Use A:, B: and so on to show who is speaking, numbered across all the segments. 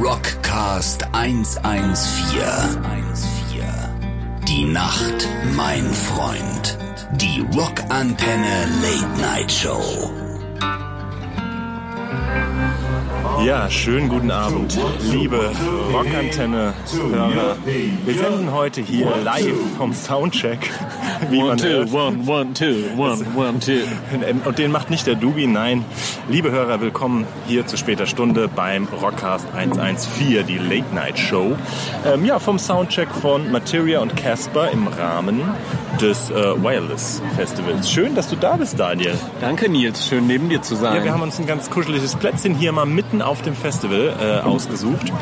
A: Rockcast 114. Die Nacht, mein Freund. Die Rockantenne Late Night Show.
B: Ja, schönen guten Abend, liebe Rockantenne-Hörer. Wir senden heute hier live vom Soundcheck, wie
C: One,
B: man
C: two,
B: hört.
C: one, one, two, one, one, two.
B: Und den macht nicht der Dubi, nein. Liebe Hörer, willkommen hier zu später Stunde beim Rockcast 114, die Late Night Show. Ähm, ja, vom Soundcheck von Materia und Casper im Rahmen des äh, Wireless Festivals. Schön, dass du da bist, Daniel.
C: Danke, Nils. Schön, neben dir zu sein.
B: Ja, wir haben uns ein ganz kuscheliges Plätzchen hier mal mitten auf dem Festival äh, ausgesucht,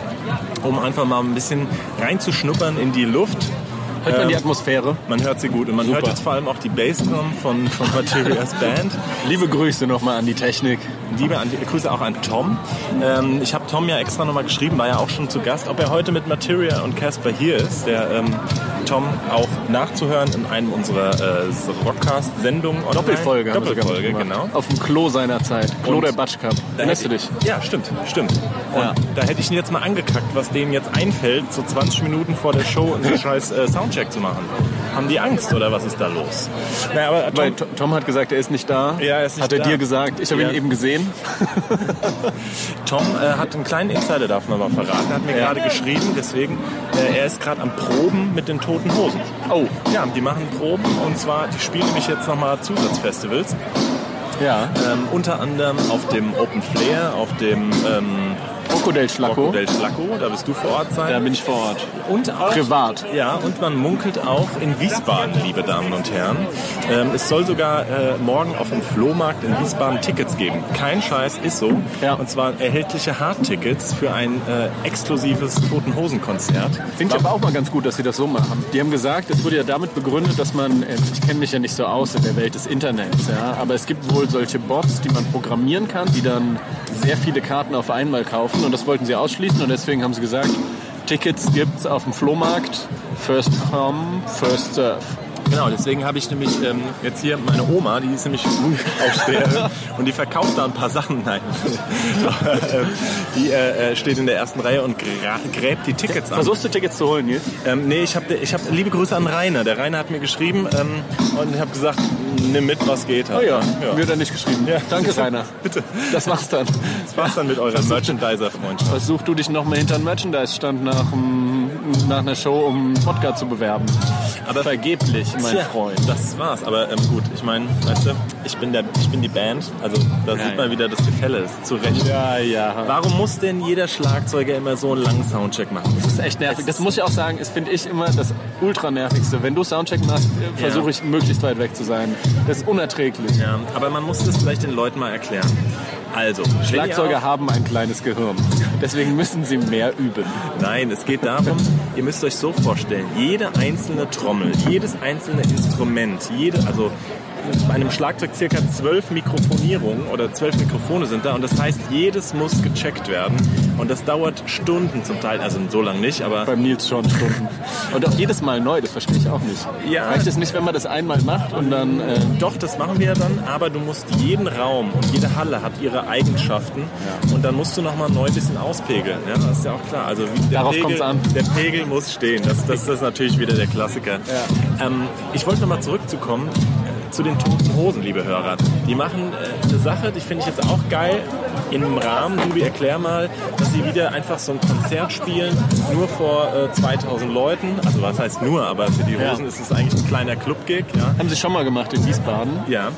B: um einfach mal ein bisschen reinzuschnuppern in die Luft.
C: Hört man die
B: ähm,
C: Atmosphäre?
B: Man hört sie gut und man
C: Super.
B: hört jetzt vor allem auch die Bassdrum von, von Materias Band.
C: Liebe Grüße nochmal an die Technik.
B: Liebe an, Grüße auch an Tom. Ähm, ich habe Tom ja extra nochmal geschrieben, war ja auch schon zu Gast, ob er heute mit Materia und Casper hier ist. Der ähm, Tom auch nachzuhören in einem unserer äh, Rockcast-Sendungen. online.
C: Doppelfolge. haben wir sogar
B: Doppelfolge,
C: gemacht.
B: genau.
C: Auf dem Klo seiner Zeit. Klo
B: Und-
C: der Batschkap.
B: Da
C: Erinnerst du
B: hätte
C: dich?
B: ich- Ja, stimmt, stimmt. Und
C: Ja.
B: da hätte ich ihn jetzt mal angekackt, was denen jetzt einfällt, so 20 Minuten vor der Show einen scheiß äh, Soundcheck zu machen. Haben die Angst oder was ist da los? Naja, aber Tom,
C: Weil Tom, Tom hat gesagt, er ist nicht da.
B: Ja, er ist nicht
C: Hat er
B: da.
C: dir gesagt? Ich habe
B: Ja.
C: ihn eben gesehen.
B: Tom äh, hat einen kleinen Insider, darf man mal verraten. Er hat mir gerade geschrieben, deswegen, äh, er ist gerade am Proben mit den Toten Hosen.
C: Oh.
B: Ja, die machen Proben und zwar, die spielen nämlich jetzt nochmal Zusatzfestivals.
C: Ja.
B: Ähm, unter anderem auf dem Open Flair, auf dem ähm,
C: Krokodil Schlacko.
B: Del Schlacko, da wirst du vor Ort sein.
C: Da bin ich vor Ort.
B: Und auch,
C: Privat.
B: Ja, und man munkelt auch in Wiesbaden, liebe Damen und Herren. Ähm, es soll sogar äh, morgen auf dem Flohmarkt in Wiesbaden Tickets geben. Kein Scheiß, ist so.
C: Ja.
B: Und zwar erhältliche Hardtickets für ein äh, exklusives Toten-Hosen-Konzert.
C: Finde ich aber auch mal ganz gut, dass sie das so machen. Die haben gesagt, es wurde ja damit begründet, dass man, äh, ich kenne mich ja nicht so aus in der Welt des Internets, ja, aber es gibt wohl solche Bots, die man programmieren kann, die dann sehr viele Karten auf einmal kaufen und das wollten sie ausschließen und deswegen haben sie gesagt, Tickets gibt's auf dem Flohmarkt, first come, first serve.
B: Genau, deswegen habe ich nämlich ähm, jetzt hier meine Oma, die ist nämlich Frühaufsteherin und die verkauft da ein paar Sachen. Nein. Aber, ähm, die äh, äh, steht in der ersten Reihe und gra- gräbt die Tickets an.
C: Versuchst du Tickets zu holen, Nils?
B: Ähm, nee, ich habe ich hab, liebe Grüße an Rainer. Der Rainer hat mir geschrieben ähm, und ich habe gesagt, nimm mit, was geht.
C: Oh ja,
B: ja.
C: wird er nicht geschrieben.
B: Ja.
C: Danke, Rainer.
B: Bitte.
C: Das war's dann.
B: Das war's dann mit eurer Merchandiser-Freundschaft.
C: Versuch du dich nochmal hinter einen Merchandise-Stand nach, dem- nach einer Show, um einen Podcast zu bewerben.
B: Aber-
C: vergeblich, mein
B: Tja,
C: Freund.
B: Das war's. Aber ähm, gut, ich meine, weißt du, ich bin, der, ich bin die Band. Also da
C: Ja,
B: sieht man
C: ja.
B: wieder das Gefälle. Ist zu Recht.
C: Ja, ja.
B: Warum muss denn jeder Schlagzeuger immer so einen langen Soundcheck machen?
C: Das ist echt nervig. Das muss ich auch sagen, ist, finde ich, immer das ultra nervigste. Wenn du Soundcheck machst, äh, versuche ich möglichst weit weg zu sein. Das ist unerträglich.
B: Ja, aber man muss das vielleicht den Leuten mal erklären. Also, wenn ihr
C: Schlagzeuger haben ein kleines Gehirn. Deswegen müssen sie mehr üben.
B: Nein, es geht darum, ihr müsst euch so vorstellen, jede einzelne Trommel, jedes einzelne Instrument, jede, also bei einem Schlagzeug circa zwölf Mikrofonierungen oder zwölf Mikrofone sind da und das heißt, jedes muss gecheckt werden und das dauert Stunden zum Teil, also so lang nicht, aber
C: Beim Nils schon Stunden. Und auch jedes Mal neu, das verstehe ich auch nicht.
B: Ja.
C: Reicht es nicht, wenn man das einmal macht und dann. Äh,
B: Doch, das machen wir dann, aber du musst jeden Raum und jede Halle hat ihre Eigenschaften und dann musst du nochmal neu ein bisschen auspegeln. Ja, das ist ja auch klar. Also wie- der
C: Darauf
B: Pegel,
C: kommt's an.
B: Der Pegel muss stehen. Das, das, das ist natürlich wieder der Klassiker. Ähm, ich wollte nochmal zurückzukommen äh, zu den toten Hosen, liebe Hörer. Die machen äh, eine Sache, die finde ich jetzt auch geil. In einem Rahmen, Dubi, erklär mal, dass sie wieder einfach so ein Konzert spielen, nur vor äh, 2000 Leuten. Also was heißt nur, aber für die
C: Ja.
B: Hosen ist es eigentlich ein kleiner Club-Gig. Ja.
C: haben sie schon mal gemacht in Wiesbaden.
B: ja.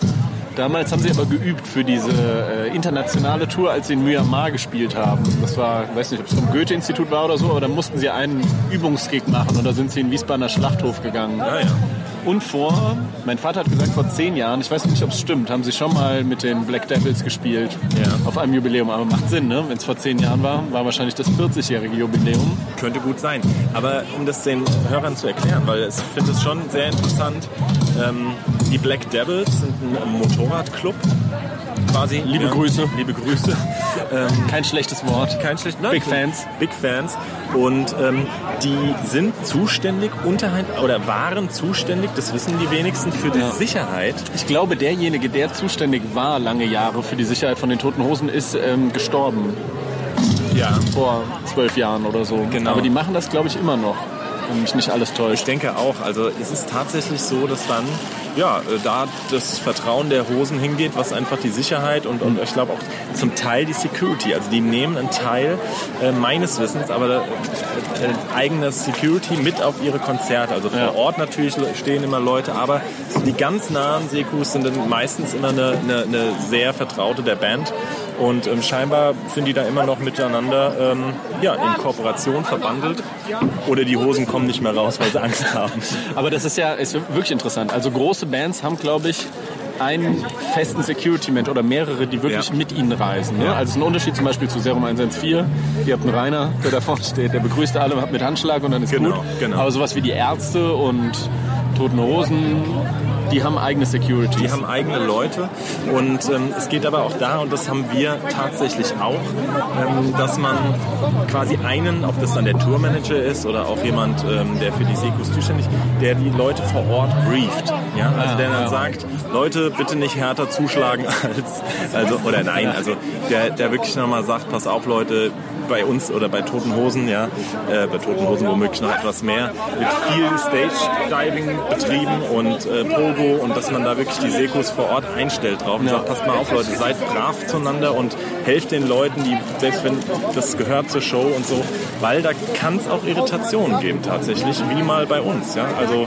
C: Damals haben sie aber geübt für diese äh, internationale Tour, als sie in Myanmar gespielt haben. Das war, ich weiß nicht, ob es vom Goethe-Institut war oder so, aber da mussten sie einen Übungsgig machen und da sind sie in den Wiesbadener Schlachthof gegangen.
B: Ah, ja.
C: Und vor, mein Vater hat gesagt, vor zehn Jahren, ich weiß nicht, ob es stimmt, haben sie schon mal mit den Black Devils gespielt.
B: Ja.
C: Auf einem Jubiläum, aber macht Sinn, ne? Wenn es vor zehn Jahren war, war wahrscheinlich das 40-jährige Jubiläum.
B: Könnte gut sein. Aber um das den Hörern zu erklären, weil ich finde es schon sehr interessant, ähm, die Black Devils sind ein Motorradclub quasi. ne?
C: Liebe Grüße.
B: Liebe Grüße.
C: Kein schlechtes Wort.
B: Kein schlecht.
C: Big Fans.
B: Big Fans. Und ähm, die sind zuständig unterhalb oder waren zuständig, das wissen die wenigsten, für die
C: Ja.
B: Sicherheit.
C: Ich glaube, derjenige, der zuständig war lange Jahre für die Sicherheit von den Toten Hosen, ist ähm, gestorben.
B: Ja.
C: vor zwölf Jahren oder so.
B: Genau.
C: Aber die machen das, glaube ich, immer noch, wenn mich nicht alles
B: Ich
C: täuscht.
B: denke auch. Also es ist tatsächlich so, dass dann ja äh, da das Vertrauen der Hosen hingeht, was einfach die Sicherheit und, und ich glaube auch zum Teil die Security. Also die nehmen einen Teil äh, meines Wissens, aber äh, äh, eigene Security mit auf ihre Konzerte. Also vor
C: Ja.
B: Ort natürlich le- stehen immer Leute, aber so die ganz nahen Sekus sind dann meistens immer eine, eine, eine sehr vertraute der Band. Und ähm, scheinbar sind die da immer noch miteinander ähm, ja, in Kooperation verbandelt. Oder die Hosen kommen nicht mehr raus, weil sie Angst haben.
C: Aber das ist ja ist wirklich interessant. Also große Bands haben, glaube ich, einen festen Security-Mensch oder mehrere, die wirklich
B: Ja.
C: mit ihnen reisen. Ne?
B: Ja.
C: Also es ist ein Unterschied zum Beispiel zu Serum 114. Ihr habt einen Rainer, der da vorne steht, der begrüßt alle hat mit Handschlag und dann ist
B: Genau,
C: gut.
B: genau.
C: Aber sowas wie die Ärzte und Toten Hosen, die haben eigene Securities.
B: Die haben eigene Leute und ähm, es geht aber auch da, und das haben wir tatsächlich auch, ähm, dass man quasi einen, ob das dann der Tourmanager ist oder auch jemand, ähm, der für die Sekus zuständig der die Leute vor Ort brieft. Ja? Also der dann sagt, Leute, bitte nicht härter zuschlagen als, also, oder nein, also der, der wirklich nochmal sagt, pass auf Leute, bei uns oder bei Toten Hosen, ja, äh, bei Toten Hosen womöglich noch etwas mehr, mit viel Stage-Diving betrieben und äh, Pogo und dass man da wirklich die Sekos vor Ort einstellt drauf und sagt, passt mal auf Leute, seid brav zueinander und helft den Leuten, die, selbst wenn das gehört zur Show und so, weil da kann es auch Irritationen geben tatsächlich, wie mal bei uns, ja, also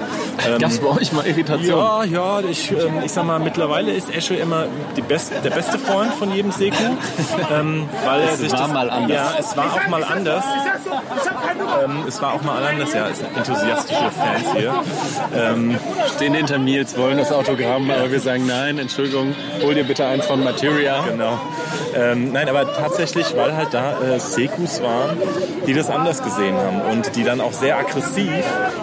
B: ähm,
C: Gab's bei euch mal Irritation?
B: ja, ja, ich, ähm, ich sag mal, mittlerweile ist Esche immer die best, der beste Freund von jedem Seku. ähm, weil er
C: Es
B: sich
C: war
B: das,
C: mal anders.
B: Ja, es war auch mal anders. Ähm, es war auch mal anders, ja, es sind enthusiastische Fans hier. Ähm,
C: stehen hinter Nils, wollen das Autogramm, aber wir sagen nein, Entschuldigung, hol dir bitte eins von Materia.
B: genau. Ähm, nein, aber tatsächlich, weil halt da äh, Sekus waren, die das anders gesehen haben und die dann auch sehr aggressiv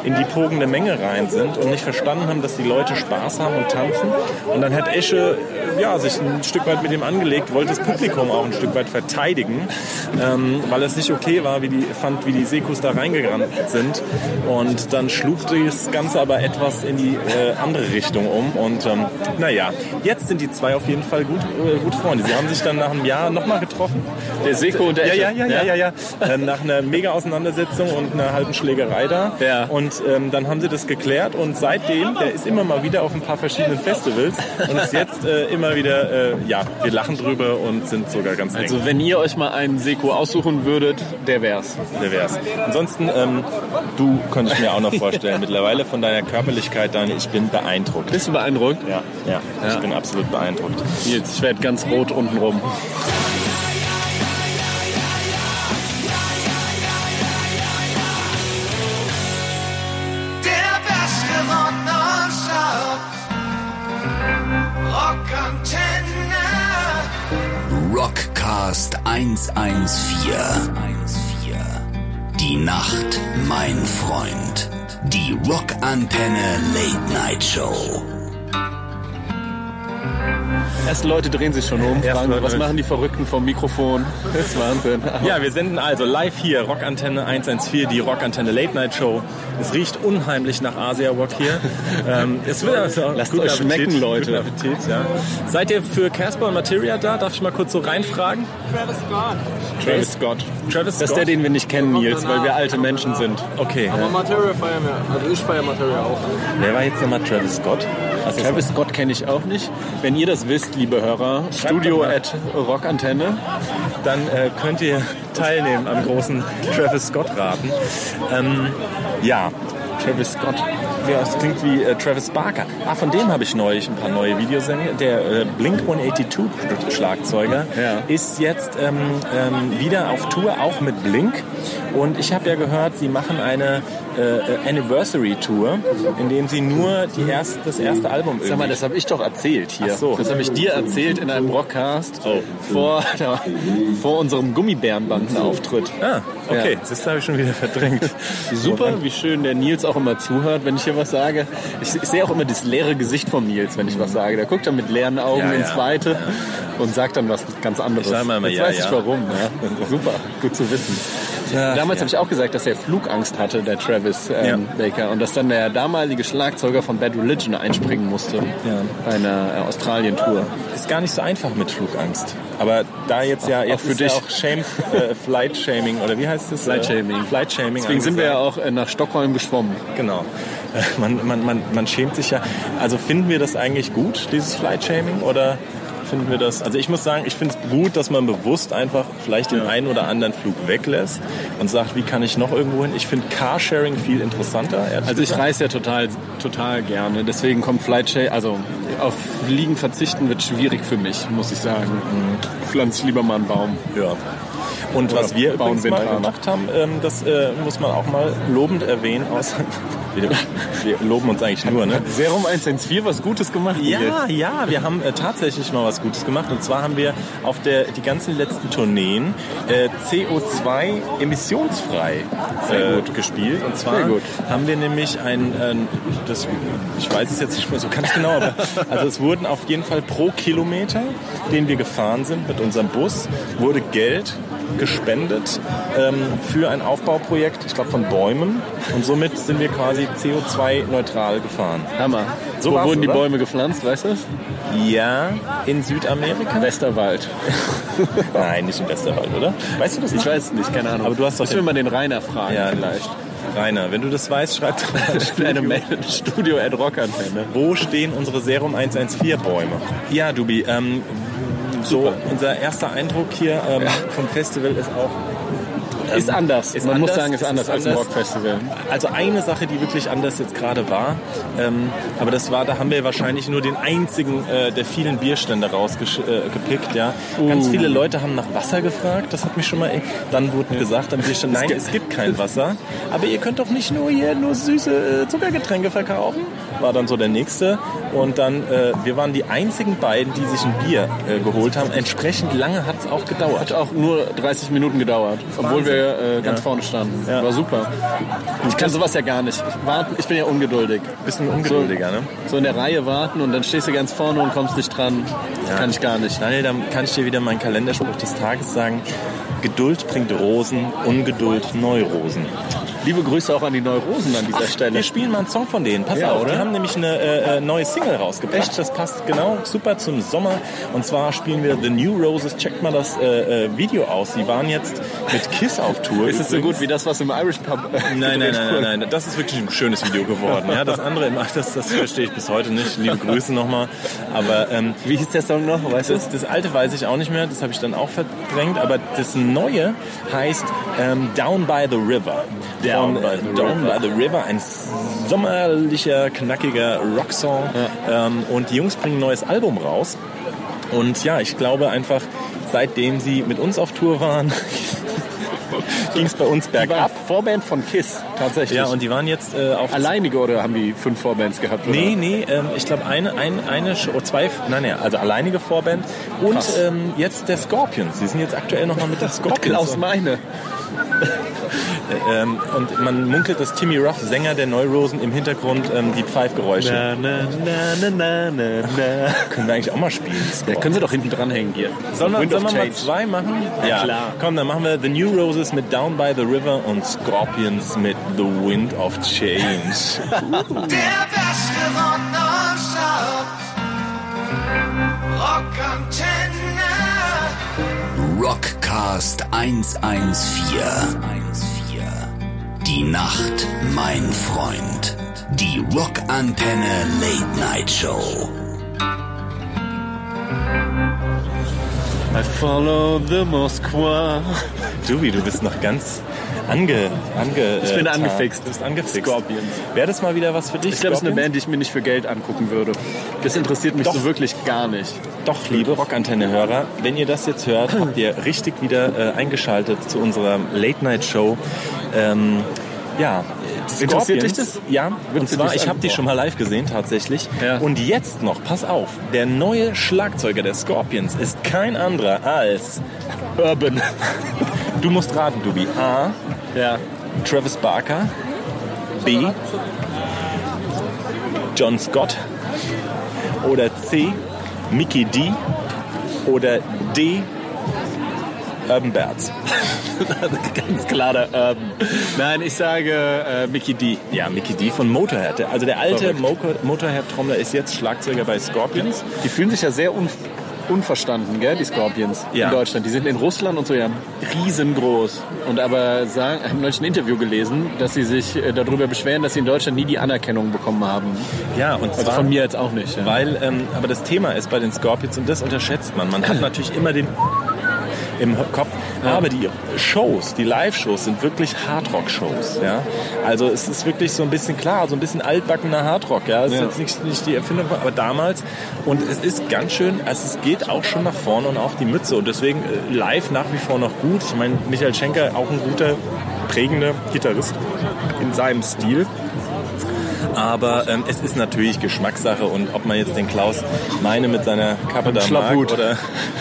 B: in die pogende Menge rein sind und nicht verstanden haben, dass die Leute Spaß haben und tanzen. Und dann hat Esche äh, ja, sich ein Stück weit mit dem angelegt, wollte das Publikum auch ein Stück weit verteidigen, ähm, weil es nicht okay war, wie die, fand, wie die Sekus da reingerannt sind. Und dann schlug das Ganze aber etwas in die äh, andere Richtung um. Und ähm, naja, jetzt sind die zwei auf jeden Fall gut, äh, gute Freunde. Sie haben sich dann nach einem Jahr nochmal getroffen.
C: Der Seko und der
B: Ja,
C: Esche.
B: ja, ja, ja, ja, ja. Ähm, nach einer mega Auseinandersetzung und einer halben Schlägerei da.
C: Ja.
B: Und ähm, dann haben sie das geklärt und seitdem, der ist immer mal wieder auf ein paar verschiedenen Festivals und ist jetzt äh, immer wieder, äh, ja, wir lachen drüber und sind sogar ganz eng.
C: Also wenn ihr euch mal einen Seko aussuchen würdet, der wär's.
B: Der wär's. Ansonsten, ähm, du könntest mir auch noch vorstellen, mittlerweile von deiner Körperlichkeit, Daniel, ich bin beeindruckt.
C: Bist du beeindruckt?
B: Ja, ja, ich bin absolut beeindruckt.
C: Nils, ich werde ganz rot untenrum.
D: Der beste Rock-Non-Stop. Rock-Antenne.
A: Rockcast 114. Die Nacht, mein Freund. Die Rockantenne Late Night Show.
C: Erste Leute drehen sich schon um,
B: Erste
C: fragen,
B: Leute-
C: was machen die Verrückten vom Mikrofon? Das ist Wahnsinn.
B: Ja, wir senden also live hier Rockantenne 114, die Rockantenne Late Night Show. Es riecht unheimlich nach Asia Rock hier. ähm, es wird also
C: Lasst
B: guten
C: euch schmecken, Leute.
B: Guten Appetit, ja. Seid ihr für Casper und Materia da? Darf ich mal kurz so reinfragen?
C: Travis Scott.
B: Travis
C: Das ist
B: Scott?
C: der, den wir nicht kennen, Nils, weil wir alte Menschen sind.
B: okay.
E: Aber Material feiern wir. Also ich feiere Material auch.
B: Wer war jetzt nochmal Travis Scott? Also
C: Travis Scott kenne ich auch nicht. Wenn ihr das wisst, liebe Hörer, studio at rockantenne.
B: dann äh, könnt ihr teilnehmen am großen Travis Scott raten. Ähm, ja. Travis Scott. Ja, das klingt wie äh, Travis Barker. Ah, von dem habe ich neulich ein paar neue Videos. gesehen. Der äh, Blink 182 Schlagzeuger
C: Ja.
B: ist jetzt ähm, ähm, wieder auf Tour, auch mit Blink. Und ich habe ja gehört, sie machen eine äh, Anniversary Tour, in dem sie nur die erst, das erste Album
C: Sag mal,
B: irgendwie-
C: das habe ich doch erzählt hier.
B: Ach so.
C: Das habe ich dir erzählt in einem Rockcast
B: Oh.
C: vor, vor unserem Gummibärenbandenauftritt.
B: Ah, okay,
C: Ja.
B: das habe ich schon wieder verdrängt.
C: Super, wie schön der Nils auch immer zuhört, wenn ich hier was sage. Ich, ich sehe auch immer das leere Gesicht vom Nils, wenn ich was sage. Der guckt dann mit leeren Augen
B: Ja,
C: ins
B: ja.
C: Weite und sagt dann was ganz anderes.
B: Ich sag mal immer,
C: Jetzt
B: ja,
C: weiß
B: ja.
C: ich warum. Ja. Super, gut zu wissen.
F: Ja.
C: Damals habe ich auch gesagt, dass er Flugangst hatte, der Travis ähm, Baker. Und dass dann der damalige Schlagzeuger von Bad Religion einspringen musste bei einer äh, Australien-Tour.
B: Ist gar nicht so einfach mit Flugangst. Aber da jetzt ja, jetzt
C: für
B: ist ja
C: dich.
B: auch Shame, äh, Flight Shaming oder wie heißt es?
C: Flight Shaming.
B: Flight Shaming.
C: Deswegen sind wir ja auch äh, nach Stockholm geschwommen.
B: Genau. Äh, Man, man, man, man schämt sich ja. Also finden wir das eigentlich gut, dieses Flight Shaming? Oder finden wir das. Also ich muss sagen, ich finde es gut, dass man bewusst einfach vielleicht den einen oder anderen Flug weglässt und sagt, wie kann ich noch irgendwo hin? Ich finde Carsharing viel interessanter. ehrlich
C: Also ich
B: gesagt.
C: reise ja total, total gerne. Deswegen kommt Flight Shay, also auf Liegen verzichten wird schwierig für mich, muss ich sagen. Pflanz ich lieber mal einen Baum.
B: Ja. Und was wir
C: bauen
B: übrigens mal
C: Windrad.
B: gemacht haben, ähm, das äh, muss man auch mal lobend erwähnen. Aus wir, wir loben uns eigentlich nur, ne?
C: Serum 114, was Gutes gemacht.
B: Ja,
C: Nils.
B: ja, wir haben äh, tatsächlich mal was Gutes gemacht. Und zwar haben wir auf der, die ganzen letzten Tourneen äh, CO2 emissionsfrei äh, gespielt. Und zwar
C: Sehr gut.
B: haben wir nämlich ein, äh, das, ich weiß es jetzt nicht mehr so ganz genau, aber also es wurden auf jeden Fall pro Kilometer, den wir gefahren sind mit unserem Bus, wurde Geld gespendet ähm, für ein Aufbauprojekt, ich glaube von Bäumen. Und somit sind wir quasi CO2-neutral gefahren.
C: Hammer.
B: So
C: Wo
B: war's,
C: wurden die
B: oder?
C: Bäume gepflanzt, weißt du? das?
B: Ja, in Südamerika.
C: Westerwald.
B: Nein, nicht im Westerwald, oder? Weißt du das nicht?
C: Ich weiß es nicht, keine Ahnung.
B: Aber du hast doch
C: Müssen wir mal den Rainer fragen
B: Ja,
C: vielleicht.
B: Rainer, wenn du das weißt, schreib doch mal ins
C: Eine
B: Studio.
C: Mail- Studio at ne? Rockantenne.
B: Wo stehen unsere Serum 114 Bäume? Ja, Dubi, ähm, so unser erster Eindruck hier ähm, vom Festival ist auch
C: Ist anders.
B: ist
C: Man muss
B: anders,
C: sagen, ist
B: es
C: anders
B: ist
C: als ein
B: anders.
C: Rockfestival.
B: Also eine Sache, die wirklich anders jetzt gerade war, ähm, aber das war, da haben wir wahrscheinlich nur den einzigen äh, der vielen Bierstände rausgepickt. Äh, gepickt, ja. Ganz viele Leute haben nach Wasser gefragt, das hat mich schon mal... e-, Dann wurde gesagt am Bierstand, nein, es gibt kein Wasser, aber ihr könnt doch nicht nur hier nur süße äh, Zuckergetränke verkaufen. War dann so der nächste. Und dann, äh, wir waren die einzigen beiden, die sich ein Bier äh, geholt haben. Entsprechend lange hat es auch gedauert.
C: Hat auch nur 30 Minuten gedauert, obwohl wir äh, ganz vorne standen.
B: Ja.
C: War super. Ich kann sowas ja gar nicht. Ich Warten, ich bin ja ungeduldig.
B: Bisschen ungeduldiger, ne?
C: So in der Reihe warten und dann stehst du ganz vorne und kommst nicht dran. Das Kann ich gar nicht.
B: Daniel, dann kann ich dir wieder meinen Kalenderspruch des Tages sagen. Geduld bringt Rosen, Ungeduld Neurosen.
C: Liebe Grüße auch an die Neurosen an dieser Stelle.
B: Wir spielen mal einen Song von denen. Pass
C: Ja,
B: auf,
C: oder?
B: die haben nämlich eine äh, äh, neue Single rausgebracht. Das passt genau super zum Sommer. Und zwar spielen wir The New Roses. Checkt mal das äh, äh, Video aus. Die waren jetzt mit Kiss auf Tour.
C: Ist es so
B: übrigens.
C: gut wie das, was im Irish Pub äh,
B: Nein, nein,
C: gedreht
B: nein,
C: wurde?
B: nein, nein, das ist wirklich ein schönes Video geworden. Ja, das andere, im- das, das verstehe ich bis heute nicht. Liebe Grüße nochmal. Aber ähm,
C: Wie hieß der Song noch? Weißt du?
B: Das, das alte weiß ich auch nicht mehr, das habe ich dann auch verdrängt, aber das neue heißt ähm, Down by the River. äh,
C: Down by the
B: Down
C: River.
B: by the River, ein sommerlicher, knackiger Rocksong. Ähm, und die Jungs bringen ein neues Album raus. Und ja, ich glaube einfach, seitdem sie mit uns auf Tour waren, ging es bei uns
C: War
B: bergab.
C: Vorband von Kiss, tatsächlich.
B: Ja, und die waren jetzt äh, auf
C: Alleinige oder haben die fünf Vorbands gehabt? Oder?
B: Nee, nee, ähm, ich glaube eine, eine, eine, Sch- oh, zwei, nein, nein, also alleinige Vorband und
C: Krass.
B: ähm, jetzt der Scorpions. Die sind jetzt aktuell nochmal mit den Scorpions.
C: Klaus Meine.
B: ähm, und man munkelt, dass Timmy Ruff, Sänger der Neurosen, im Hintergrund ähm, die Pfeifgeräusche. Können wir eigentlich auch mal spielen. die
C: Ja,
B: Scorpions.
C: können sie doch hinten dranhängen hier.
B: Sollen wir,
C: Wind
B: sollen
C: of
B: wir mal
C: Change.
B: zwei machen?
C: klar.
B: Komm, dann machen wir The New Roses mit Down by the River und Scorpions mit The Wind of Change.
D: Der Beste von nonstop. Rock Antenne.
A: Rockcast 114. Die Nacht, mein Freund. Die Rockantenne Late Night Show.
C: I follow the Moskwa.
B: Dubi, du bist noch ganz ange, ange Ich
C: bin angefixt.
B: Du bist angefixt.
C: Scorpions.
B: Wäre das mal wieder was für dich?
C: Ich glaube, es ist eine
B: Scorpions?
C: Band, die ich mir nicht für Geld angucken würde. Das interessiert mich
B: Doch.
C: so wirklich gar nicht.
B: Doch, liebe Rockantenne-Hörer, wenn ihr das jetzt hört, habt ihr richtig wieder äh, eingeschaltet zu unserer Late-Night-Show. Ähm, ja, die
C: Interessiert
B: Scorpions,
C: dich das?
B: Ja, und
C: dich
B: zwar,
C: das
B: ich
C: an?
B: habe die schon mal live gesehen tatsächlich.
C: Ja.
B: Und jetzt noch, pass auf, der neue Schlagzeuger der Scorpions ist kein anderer als Urban. Du musst raten, Dubi. A.
C: Ja.
B: Travis Barker, B. John Scott oder C. Mickey D. oder D. Urban Bats.
C: Ganz klar, der Urban. Nein, ich sage äh, Mickey D.
B: Ja, Mickey D von Motorhead. Also der alte Mo Motorhead-Trommler ist jetzt Schlagzeuger bei Scorpions.
C: Die fühlen sich ja sehr un unverstanden, gell, die Scorpions
B: Ja.
C: in Deutschland. Die sind in Russland und so ja riesengroß. Und aber sagen, ich habe neulich ein Interview gelesen, dass sie sich äh, darüber beschweren, dass sie in Deutschland nie die Anerkennung bekommen haben.
B: Ja, und
C: Also
B: zwar
C: von mir jetzt auch nicht. Ja.
B: Weil, ähm, aber das Thema ist bei den Scorpions und das unterschätzt man. Man hat natürlich immer den im Kopf. Aber die Shows, die Live-Shows sind wirklich Hardrock-Shows. Ja? Also es ist wirklich so ein bisschen klar, so ein bisschen altbackener Hardrock. Ja? Es ist
C: Ja.
B: jetzt nicht, nicht die Erfindung, von- aber damals. Und es ist ganz schön, also es geht auch schon nach vorne und auf die Mütze. Und deswegen äh, live nach wie vor noch gut. Ich meine, Michael Schenker auch ein guter, prägender Gitarrist in seinem Stil. Aber ähm, es ist natürlich Geschmackssache und ob man jetzt den Klaus meine mit seiner Kappe da mag
C: Schlapphut.
B: oder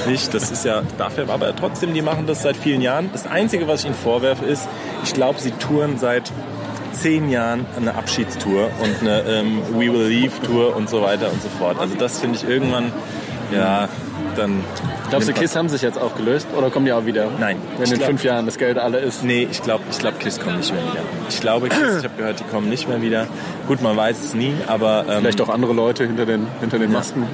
B: nicht, das ist ja dafür. Aber trotzdem, die machen das seit vielen Jahren. Das Einzige, was ich ihnen vorwerfe, ist, ich glaube, sie touren seit zehn Jahren eine Abschiedstour und eine ähm, We Will Leave Tour und so weiter und so fort. Also das finde ich irgendwann, ja, dann...
C: Glaubst du, Kiss haben sich jetzt aufgelöst oder kommen die auch wieder?
B: Nein.
C: Wenn
B: Ich
C: in
B: glaub-
C: fünf Jahren das Geld alle ist.
B: Nee, ich glaube, ich glaub, Kiss kommen nicht mehr wieder. Ich glaube, Kiss, ich habe gehört, die kommen nicht mehr wieder. Gut, man weiß es nie, aber... Ähm,
C: Vielleicht auch andere Leute hinter den, hinter den Masken.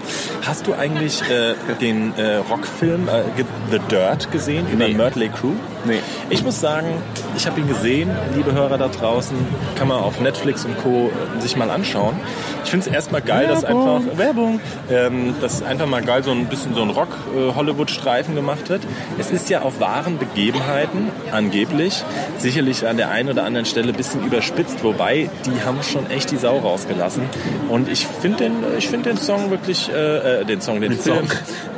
B: Hast du eigentlich äh, den äh, Rockfilm äh, Ge- The Dirt gesehen über
C: Nee.
B: Myrtley Crew?
C: Nee.
B: Ich muss sagen, ich habe ihn gesehen, liebe Hörer da draußen, kann man auf Netflix und Co. sich mal anschauen. Ich finde es erstmal geil, dass einfach Werbung, ähm, dass einfach mal geil so ein bisschen so ein Rock äh, Hollywood Streifen gemacht wird. Es ist ja auf wahren Begebenheiten angeblich sicherlich an der einen oder anderen Stelle ein bisschen überspitzt, wobei die haben schon echt die Sau rausgelassen und ich finde den ich finde den Song wirklich äh, äh, den Song den Film
C: Song.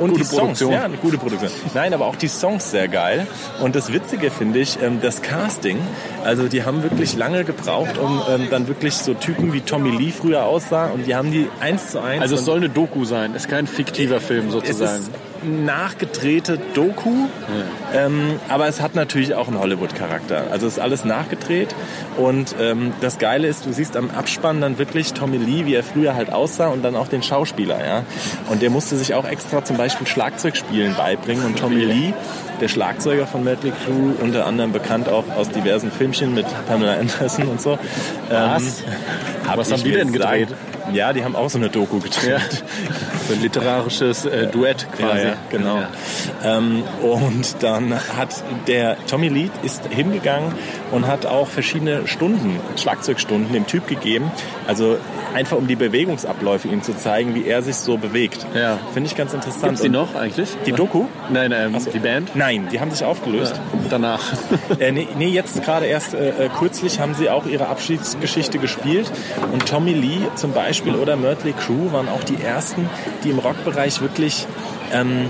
B: und
C: Gute
B: die Songs,
C: Produktion.
B: ja, eine gute Produktion. Nein, aber auch die Songs sehr geil. Und das Witzige finde ich, ähm, das Casting. Also die haben wirklich lange gebraucht, um ähm, dann wirklich so Typen wie Tommy Lee früher aussah. Und die haben die eins zu eins.
C: Also es
B: und
C: soll eine Doku sein, ist kein fiktiver Film
B: es
C: sozusagen.
B: ist nachgedrehte Doku, ähm, aber es hat natürlich auch einen Hollywood-Charakter. Also es ist alles nachgedreht und ähm, das Geile ist, du siehst am Abspann dann wirklich Tommy Lee, wie er früher halt aussah und dann auch den Schauspieler. Ja? Und der musste sich auch extra zum Beispiel Schlagzeugspielen beibringen und Tommy Lee, der Schlagzeuger von Mötley Crew, unter anderem bekannt auch aus diversen Filmchen mit Pamela Anderson und so.
C: Was?
B: hab
C: Was haben
B: ich
C: die
B: mir
C: denn
B: gesagt.
C: gedreht?
B: Ja, die haben auch so eine Doku gedreht.
C: So ein literarisches äh, Duett quasi.
B: Ja, ja, genau. Ähm, und dann hat der Tommy Lee ist hingegangen und hat auch verschiedene Stunden, Schlagzeugstunden dem Typ gegeben. Also einfach um die Bewegungsabläufe ihm zu zeigen, wie er sich so bewegt.
C: Ja.
B: Finde ich ganz interessant.
C: Gibt's die
B: Und-
C: noch eigentlich?
B: Die Doku?
C: Nein, ähm,
B: Ach so.
C: die Band?
B: Nein, die haben sich aufgelöst.
C: Danach.
B: Äh, nee, nee, jetzt gerade erst äh, äh, kürzlich haben sie auch ihre Abschiedsgeschichte gespielt. Und Tommy Lee zum Beispiel oder Mörtley Crew waren auch die ersten, die im Rockbereich wirklich ähm,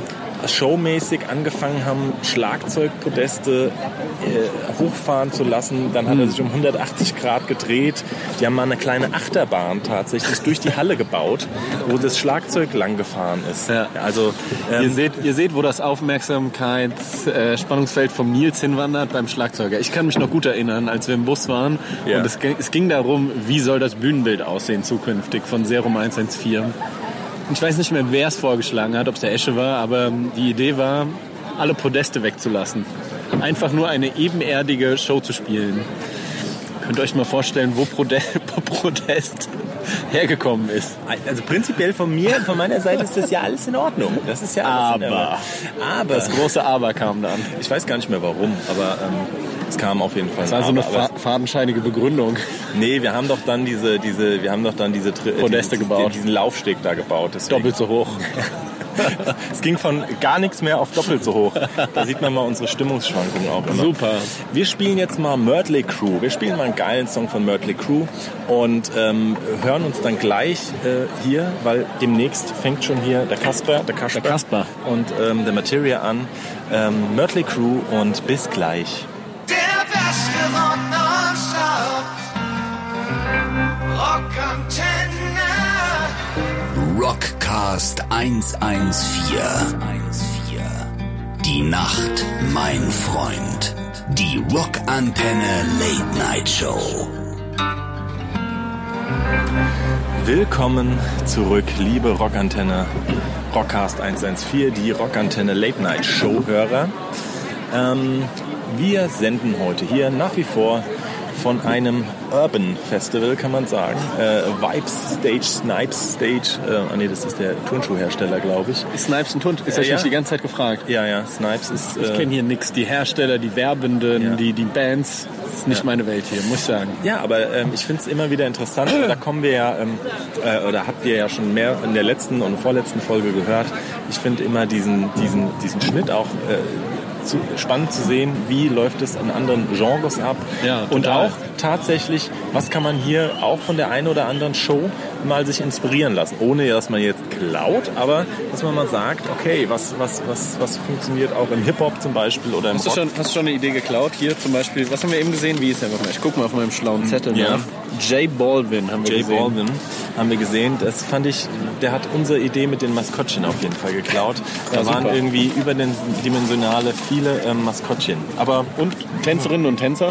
B: showmäßig angefangen haben, Schlagzeugpodeste äh, hochfahren zu lassen. Dann hat er sich um 180 Grad gedreht. Die haben mal eine kleine Achterbahn tatsächlich durch die Halle gebaut, wo das Schlagzeug lang gefahren ist.
C: Ja.
B: Also ähm,
C: ihr, seht, ihr seht, wo das Aufmerksamkeitsspannungsfeld äh, Spannungsfeld vom Nils hinwandert beim Schlagzeuger. Ich kann mich noch gut erinnern, als wir im Bus waren
B: Ja.
C: und es, ging- es ging darum, wie soll das Bühnenbild aussehen zukünftig von Serum 114. Und Ich weiß nicht mehr, wer es vorgeschlagen hat, ob es der Esche war, aber ähm, die Idee war, alle Podeste wegzulassen. Einfach nur eine ebenerdige Show zu spielen. Könnt ihr euch mal vorstellen, wo Prode- Podest hergekommen ist.
B: Also prinzipiell von mir, von meiner Seite ist das ja alles in Ordnung. Das ist ja alles in
C: Aber.
B: Ordnung. Aber.
C: Das große Aber kam dann.
B: Ich weiß gar nicht mehr warum, aber ähm, es kam auf jeden Fall.
C: Das war so eine
B: Aber-
C: fa fadenscheinige Begründung.
B: aber- Nee, wir haben doch dann diese, diese, wir haben doch dann diese Tri-
C: Podeste
B: diesen-
C: gebaut.
B: diesen Laufsteg da gebaut. Deswegen.
C: Doppelt so hoch.
B: Es ging von gar nichts mehr auf doppelt so hoch. Da sieht man mal unsere Stimmungsschwankungen auch immer.
C: Super.
B: Wir spielen jetzt mal Mörtley Crew. Wir spielen mal einen geilen Song von Mörtley Crew und ähm, hören uns dann gleich äh, hier, weil demnächst fängt schon hier der Kasper, der Kasper,
C: Der Kasper.
B: und ähm, der Materia an. Ähm, Mörtley Crew und bis gleich.
D: Der Beste von uns aus. Rock Antenne.
A: Rockcast 114. Die Nacht, mein Freund. Die Rockantenne Late Night Show.
B: Willkommen zurück, liebe Rockantenne, Rockcast 114, die Rockantenne Late Night Show Hörer. Ähm, wir senden heute hier nach wie vor von einem Urban Festival, kann man sagen. Äh, Vibes Stage, Snipes Stage. Äh, ah, nee, das ist der Turnschuhhersteller, glaube ich.
C: Snipes und Tunt, ist
B: Äh,
C: euch
B: ja.
C: nicht die ganze Zeit gefragt.
B: Ja, ja, Snipes ist... äh,
C: Ich kenne hier nichts. Die Hersteller, die Werbenden,
B: Ja.
C: die, die Bands. Ist nicht meine Welt hier, muss ich sagen.
B: Ja, aber ähm, ich find's immer wieder interessant. Da kommen wir ja, ähm, äh, oder habt ihr ja schon mehr in der letzten und vorletzten Folge gehört. Ich find immer diesen, diesen, diesen Schnitt auch äh, zu, spannend zu sehen, wie läuft es in anderen Genres ab.
C: Ja,
B: und
C: total.
B: auch tatsächlich, was kann man hier auch von der einen oder anderen Show mal sich inspirieren lassen, ohne dass man jetzt klaut, aber dass man mal sagt, okay, was, was, was, was funktioniert auch im Hip-Hop zum Beispiel oder im
C: Hast du,
B: Rock.
C: schon, hast du schon eine Idee geklaut? Hier zum Beispiel, was haben wir eben gesehen? Wie ist einfach mal? Ich gucke mal auf meinem schlauen Zettel
B: Ja.
C: nach. J Balvin haben wir
B: Jay
C: gesehen.
B: Baldwin haben wir gesehen. Das fand ich, der hat unsere Idee mit den Maskottchen auf jeden Fall geklaut. Da
C: Ja,
B: waren
C: super.
B: irgendwie überdimensionale viele ähm, Maskottchen. Aber
C: Und Tänzerinnen und Tänzer?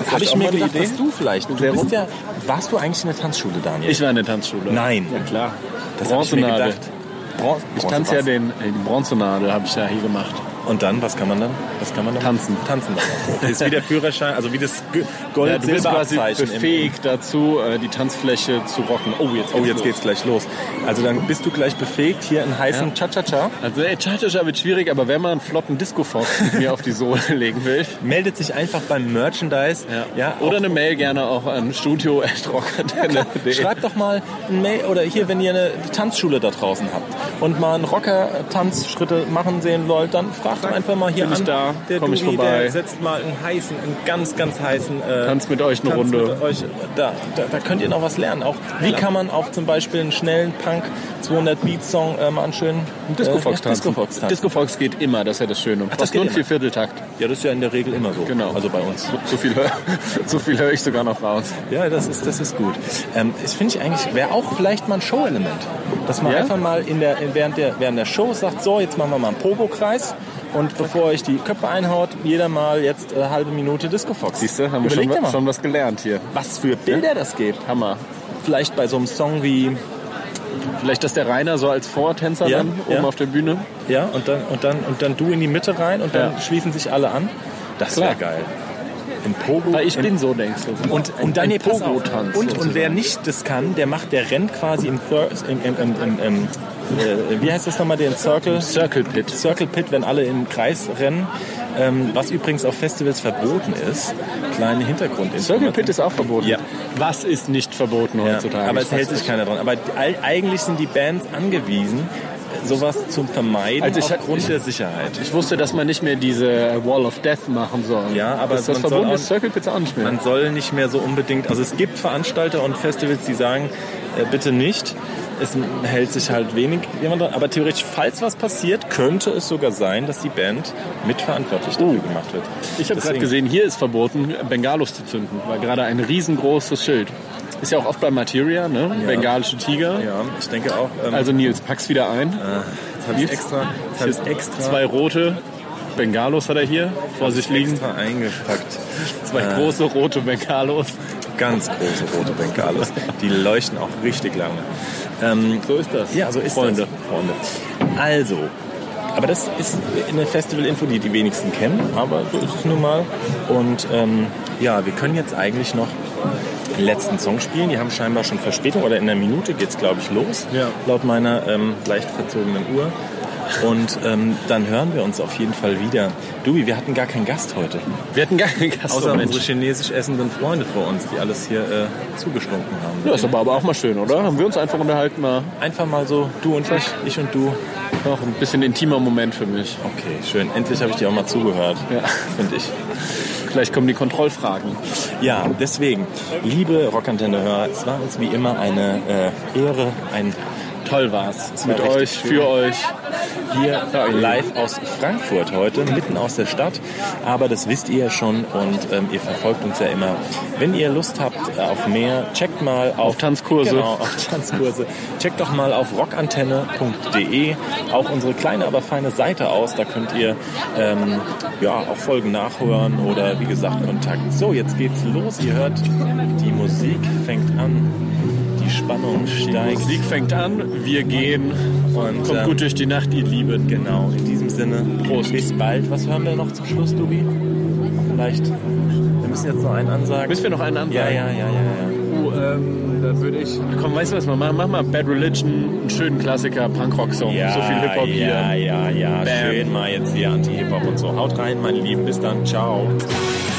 C: Hast du
B: habe ich
C: auch
B: mir
C: mal eine
B: gedacht, dass du vielleicht. Du
C: Sehr
B: bist
C: rum.
B: ja, warst du eigentlich in der Tanzschule, Daniel?
C: Ich war in der Tanzschule.
B: Nein.
C: Ja, klar.
B: das habe ich mir
C: Bronzenadel.
B: gedacht. Bron
C: Ich tanze ja
B: was?
C: den, äh, die Bronzenadel, habe ich ja hier gemacht.
B: Und dann, was kann man dann? Was kann man dann?
C: Tanzen.
B: Tanzen dann. Das ist wie der Führerschein, also wie das G- Gold,
C: Ja, du bist quasi
B: Silberabzeichen im-
C: befähigt dazu, äh, die Tanzfläche zu rocken. Oh, jetzt geht's
B: Oh, jetzt
C: los.
B: geht's gleich los. Also dann bist du gleich befähigt, hier einen heißen Cha-Cha-Cha.
C: Also, ey, Cha-Cha-Cha wird schwierig, aber wenn man einen flotten Disco-Fox mit mir auf die Sohle legen will,
B: Meldet sich einfach beim Merchandise.
C: ja, oder eine Mail gerne auch an Äh, studio.rockantenne.de.
B: Schreibt doch mal ein Mail oder hier, wenn ihr eine Tanzschule da draußen habt und mal einen Rocker-Tanzschritte machen sehen wollt, dann fragt einfach mal hier
C: bin ich
B: an.
C: da,
B: der
C: komm ich
B: Duri,
C: vorbei.
B: der setzt mal einen heißen, einen ganz, ganz heißen äh,
C: Tanz mit euch eine Runde.
B: Mit euch. Da, da, da könnt ihr noch was lernen. Auch wie kann man auf zum Beispiel einen schnellen Punk 200 Beat Song äh, mal einen schönen
C: Disco-Fox
B: äh, ja,
C: tanzen.
B: Disco-Fox tanzen.
C: Disco-Fox geht immer, das ist ja das Schöne.
B: das
C: Fast nur
B: geht
C: ein
B: immer.
C: Viervierteltakt.
B: ja, das ist ja in der Regel immer so.
C: Genau.
B: Also bei uns.
C: So, so viel höre so viel hör ich sogar noch raus.
B: Ja, das ist, das ist gut. Ähm, das finde ich eigentlich, wäre auch vielleicht mal ein Show-Element. Dass man
C: Ja?
B: einfach mal in der, in, während, der, während der Show sagt, so, jetzt machen wir mal einen Pogo-Kreis. Und bevor euch die Köpfe einhaut, jeder mal jetzt äh, halbe Minute Disco-Fox.
C: Siehst du, haben wir
B: Überleg
C: schon,
B: dir
C: wa-
B: mal,
C: schon was gelernt hier.
B: was für Bilder das gibt.
C: Hammer.
B: Vielleicht bei so einem Song wie,
C: Vielleicht, dass der Rainer so als Vortänzer
B: Ja,
C: dann oben
B: ja.
C: auf der Bühne.
B: ja, und dann, und dann, und dann du in die Mitte rein und dann
C: Ja.
B: schließen sich alle an. Das wäre
C: Klar.
B: geil. Im Pogo.
C: Weil Ah, ich
B: im-
C: bin so, denkst du.
B: Und,
C: Ein-
B: und dann
C: ein
B: nee, pass auf.
C: Pogo-Tanz.
B: Und, und wer
C: sozusagen.
B: nicht das kann, der macht, der rennt quasi im, Thir im, im, im, im, im äh, wie heißt das nochmal, den Circle?
C: Circle Pit.
B: Circle Pit, wenn alle im Kreis rennen, ähm, was übrigens auf Festivals verboten ist. Kleine Hintergrundinformation.
C: Circle Pit ist auch verboten.
B: Ja.
C: Was ist nicht verboten
B: ja,
C: heutzutage?
B: Aber
C: Ich
B: es
C: weiß
B: hält sich
C: nicht.
B: keiner dran. Aber all- eigentlich sind die Bands angewiesen, sowas zu vermeiden
C: Also ich-
B: aufgrund
C: ich-
B: der Sicherheit.
C: Ich wusste, dass man nicht mehr diese Wall of Death machen soll.
B: Ja, aber
C: Dass das
B: man soll
C: verboten
B: auch-
C: ist Circle Pits auch nicht mehr.
B: Man soll nicht mehr so unbedingt, also es gibt Veranstalter und Festivals, die sagen, äh, bitte nicht. Es hält sich halt wenig jemand dran. Aber theoretisch, falls was passiert, könnte es sogar sein, dass die Band mitverantwortlich dafür gemacht wird.
C: Oh. Ich habe gerade
B: Deswegen-
C: gesehen, hier ist verboten, Bengalos zu zünden. War gerade ein riesengroßes Schild. Ist ja auch oft bei Materia, ne? Bengalische Tiger.
B: Ja, ich denke auch. Ähm,
C: Also Nils, pack's wieder ein.
B: jetzt habe ich extra, jetzt hab ich's extra,
C: Zwei rote Bengalos hat er hier vor sich liegen.
B: extra eingepackt.
C: Zwei große rote Bengalos.
B: Ganz große rote Bengalos. Die leuchten auch richtig lange. Ähm,
C: So ist das.
B: Ja, so ist
C: Freunde.
B: das. Freunde. Also, aber das ist eine Festival-Info, die die wenigsten kennen, aber so ist es nun mal. Und ähm, ja, wir können jetzt eigentlich noch den letzten Song spielen. Die haben scheinbar schon Verspätung oder in einer Minute geht's, glaube ich, los.
C: Ja.
B: Laut meiner ähm, leicht verzogenen Uhr. Und ähm, dann hören wir uns auf jeden Fall wieder. Dubi, wir hatten gar keinen Gast heute.
C: Wir hatten gar keinen Gast.
B: Außer
C: oh, Mensch.
B: unsere chinesisch essenden Freunde vor uns, die alles hier äh, zugestunken haben.
C: Ja, ist aber, aber auch mal schön, oder? Haben wir uns einfach unterhalten mal.
B: Einfach mal so, du und ich, ich und du.
C: Noch ein bisschen intimer Moment für mich.
B: Okay, schön. Endlich habe ich dir auch mal zugehört.
C: Ja.
B: Finde ich.
C: Gleich kommen die Kontrollfragen.
B: Ja, deswegen, liebe Rockantenne-Hörer, es war uns wie immer eine äh, Ehre, ein
C: Toll war's.
B: Es war
C: Mit
B: richtig
C: euch,
B: schön.
C: für euch.
B: hier live aus Frankfurt heute, mitten aus der Stadt. Aber das wisst ihr ja schon und ähm, ihr verfolgt uns ja immer. Wenn ihr Lust habt äh, auf mehr, checkt mal auf,
C: Tanzkurse.
B: Genau, auf Tanzkurse. Checkt doch mal auf rockantenne.de auch unsere kleine, aber feine Seite aus. Da könnt ihr ähm, ja, auch Folgen nachhören oder wie gesagt Kontakt. So, jetzt geht's los. Ihr hört, die Musik fängt an. Die Spannung steigt.
C: Musik fängt an, wir gehen.
B: Und,
C: Kommt
B: ähm,
C: gut durch die Nacht, ihr Lieben.
B: Genau, in diesem Sinne, Prost. Bis bald. Was hören wir noch zum Schluss, Dubi? Vielleicht. Wir müssen jetzt noch einen ansagen.
C: Müssen wir noch einen
B: ja,
C: ansagen?
B: ja, ja, ja, ja.
E: Oh, ähm, dann würde ich.
C: Komm, weißt du was, wir machen? Mach mal Bad Religion, einen schönen Klassiker, Punkrock-Song.
B: ja
C: so viel Hip-Hop
B: ja,
C: hier.
B: Ja, ja,
C: Bam.
B: Schön mal jetzt hier Anti-Hip-Hop und so. Haut rein, meine Lieben. Bis dann. Ciao.
C: Ciao.